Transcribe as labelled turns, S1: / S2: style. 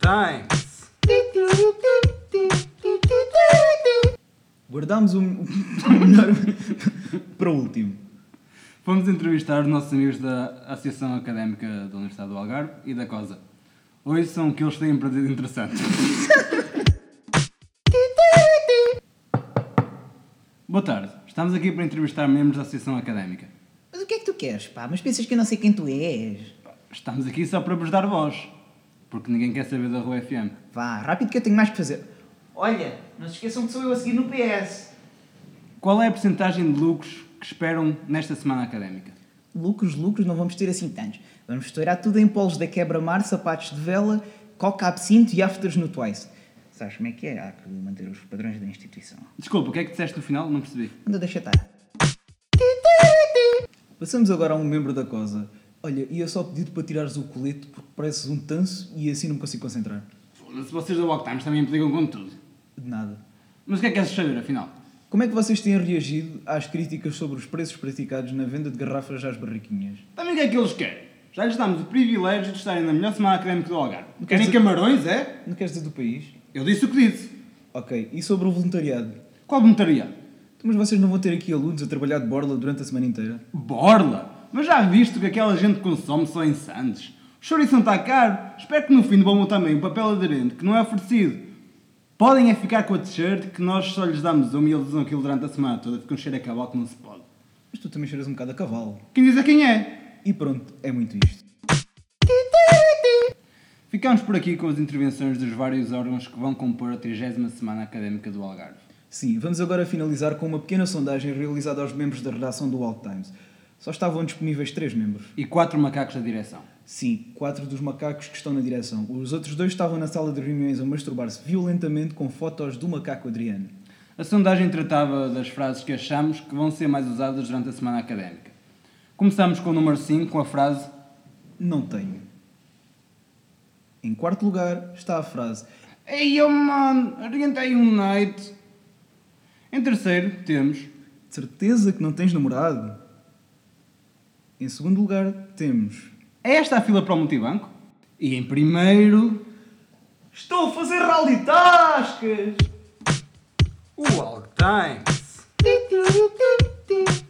S1: Times.
S2: um.
S3: Guardámos o, o melhor para o último.
S1: Vamos entrevistar os nossos amigos da Associação Académica da Universidade do Algarve e da COSA. Hoje são o que eles têm para dizer de interessante. Boa tarde. Estamos aqui para entrevistar membros da Associação Académica.
S2: Mas o que é que tu queres, pá? Mas pensas que eu não sei quem tu és?
S1: Estamos aqui só para vos dar voz. Porque ninguém quer saber da Rua FM.
S2: Vá, rápido que eu tenho mais para fazer. Olha, não se esqueçam que sou eu a seguir no PS.
S1: Qual é a porcentagem de lucros que esperam nesta semana académica?
S2: Lucros, lucros, não vamos ter assim tantos. Vamos estourar tudo em polos da quebra-mar, sapatos de vela, coca absinto e afters no Twice. Sabes como é que é? Há que manter os padrões da instituição.
S1: Desculpa, o que é que disseste no final? Não percebi.
S2: Anda, deixa estar.
S3: Passamos agora a um membro da COSA. Olha, e eu só pedi para tirares o colete porque pareces um tanso e assim não me consigo concentrar.
S1: Foda-se, vocês da Walk Times também implicam com tudo.
S3: De nada.
S1: Mas o que é que queres saber, afinal?
S3: Como é que vocês têm reagido às críticas sobre os preços praticados na venda de garrafas às barriquinhas?
S1: Também o que é que eles querem? Já lhes damos o privilégio de estarem na melhor semana académica do Algarve.
S3: Não queres
S1: Querem
S3: dizer-
S1: camarões, é?
S3: Não queres dizer do país?
S1: Eu disse o que disse.
S3: Ok, e sobre o voluntariado?
S1: Qual montaria?
S3: Mas vocês não vão ter aqui alunos a trabalhar de borla durante a semana inteira?
S1: Borla! Mas já viste o que aquela gente consome só em Santos? O chouriço não está caro. Espero que no fim vão também o papel aderente que não é oferecido. Podem é ficar com a t-shirt que nós só lhes damos uma e eles usam aquilo durante a semana toda. Fica um cheiro a cavalo que não se pode.
S3: Mas tu também cheiras um bocado a cavalo.
S1: Quem diz é quem é?
S3: E pronto, é muito isto.
S1: Ficamos por aqui com as intervenções dos vários órgãos que vão compor a 30 Semana Académica do Algarve.
S3: Sim, vamos agora finalizar com uma pequena sondagem realizada aos membros da redação do Alt Times. Só estavam disponíveis três membros.
S1: E quatro macacos da direção.
S3: Sim, quatro dos macacos que estão na direção. Os outros dois estavam na sala de reuniões a masturbar-se violentamente com fotos do macaco Adriano.
S1: A sondagem tratava das frases que achamos que vão ser mais usadas durante a semana académica. Começamos com o número 5, com a frase
S3: Não tenho. Em quarto lugar está a frase
S1: Ei, é eu mano, arrebentei um night. Em terceiro, temos
S3: "De certeza que não tens namorado? Em segundo lugar temos
S1: É esta a fila para o multibanco? E em primeiro,
S3: Estou a fazer rally tascas!
S1: o Algo Times.
S2: Titu, titu, titu.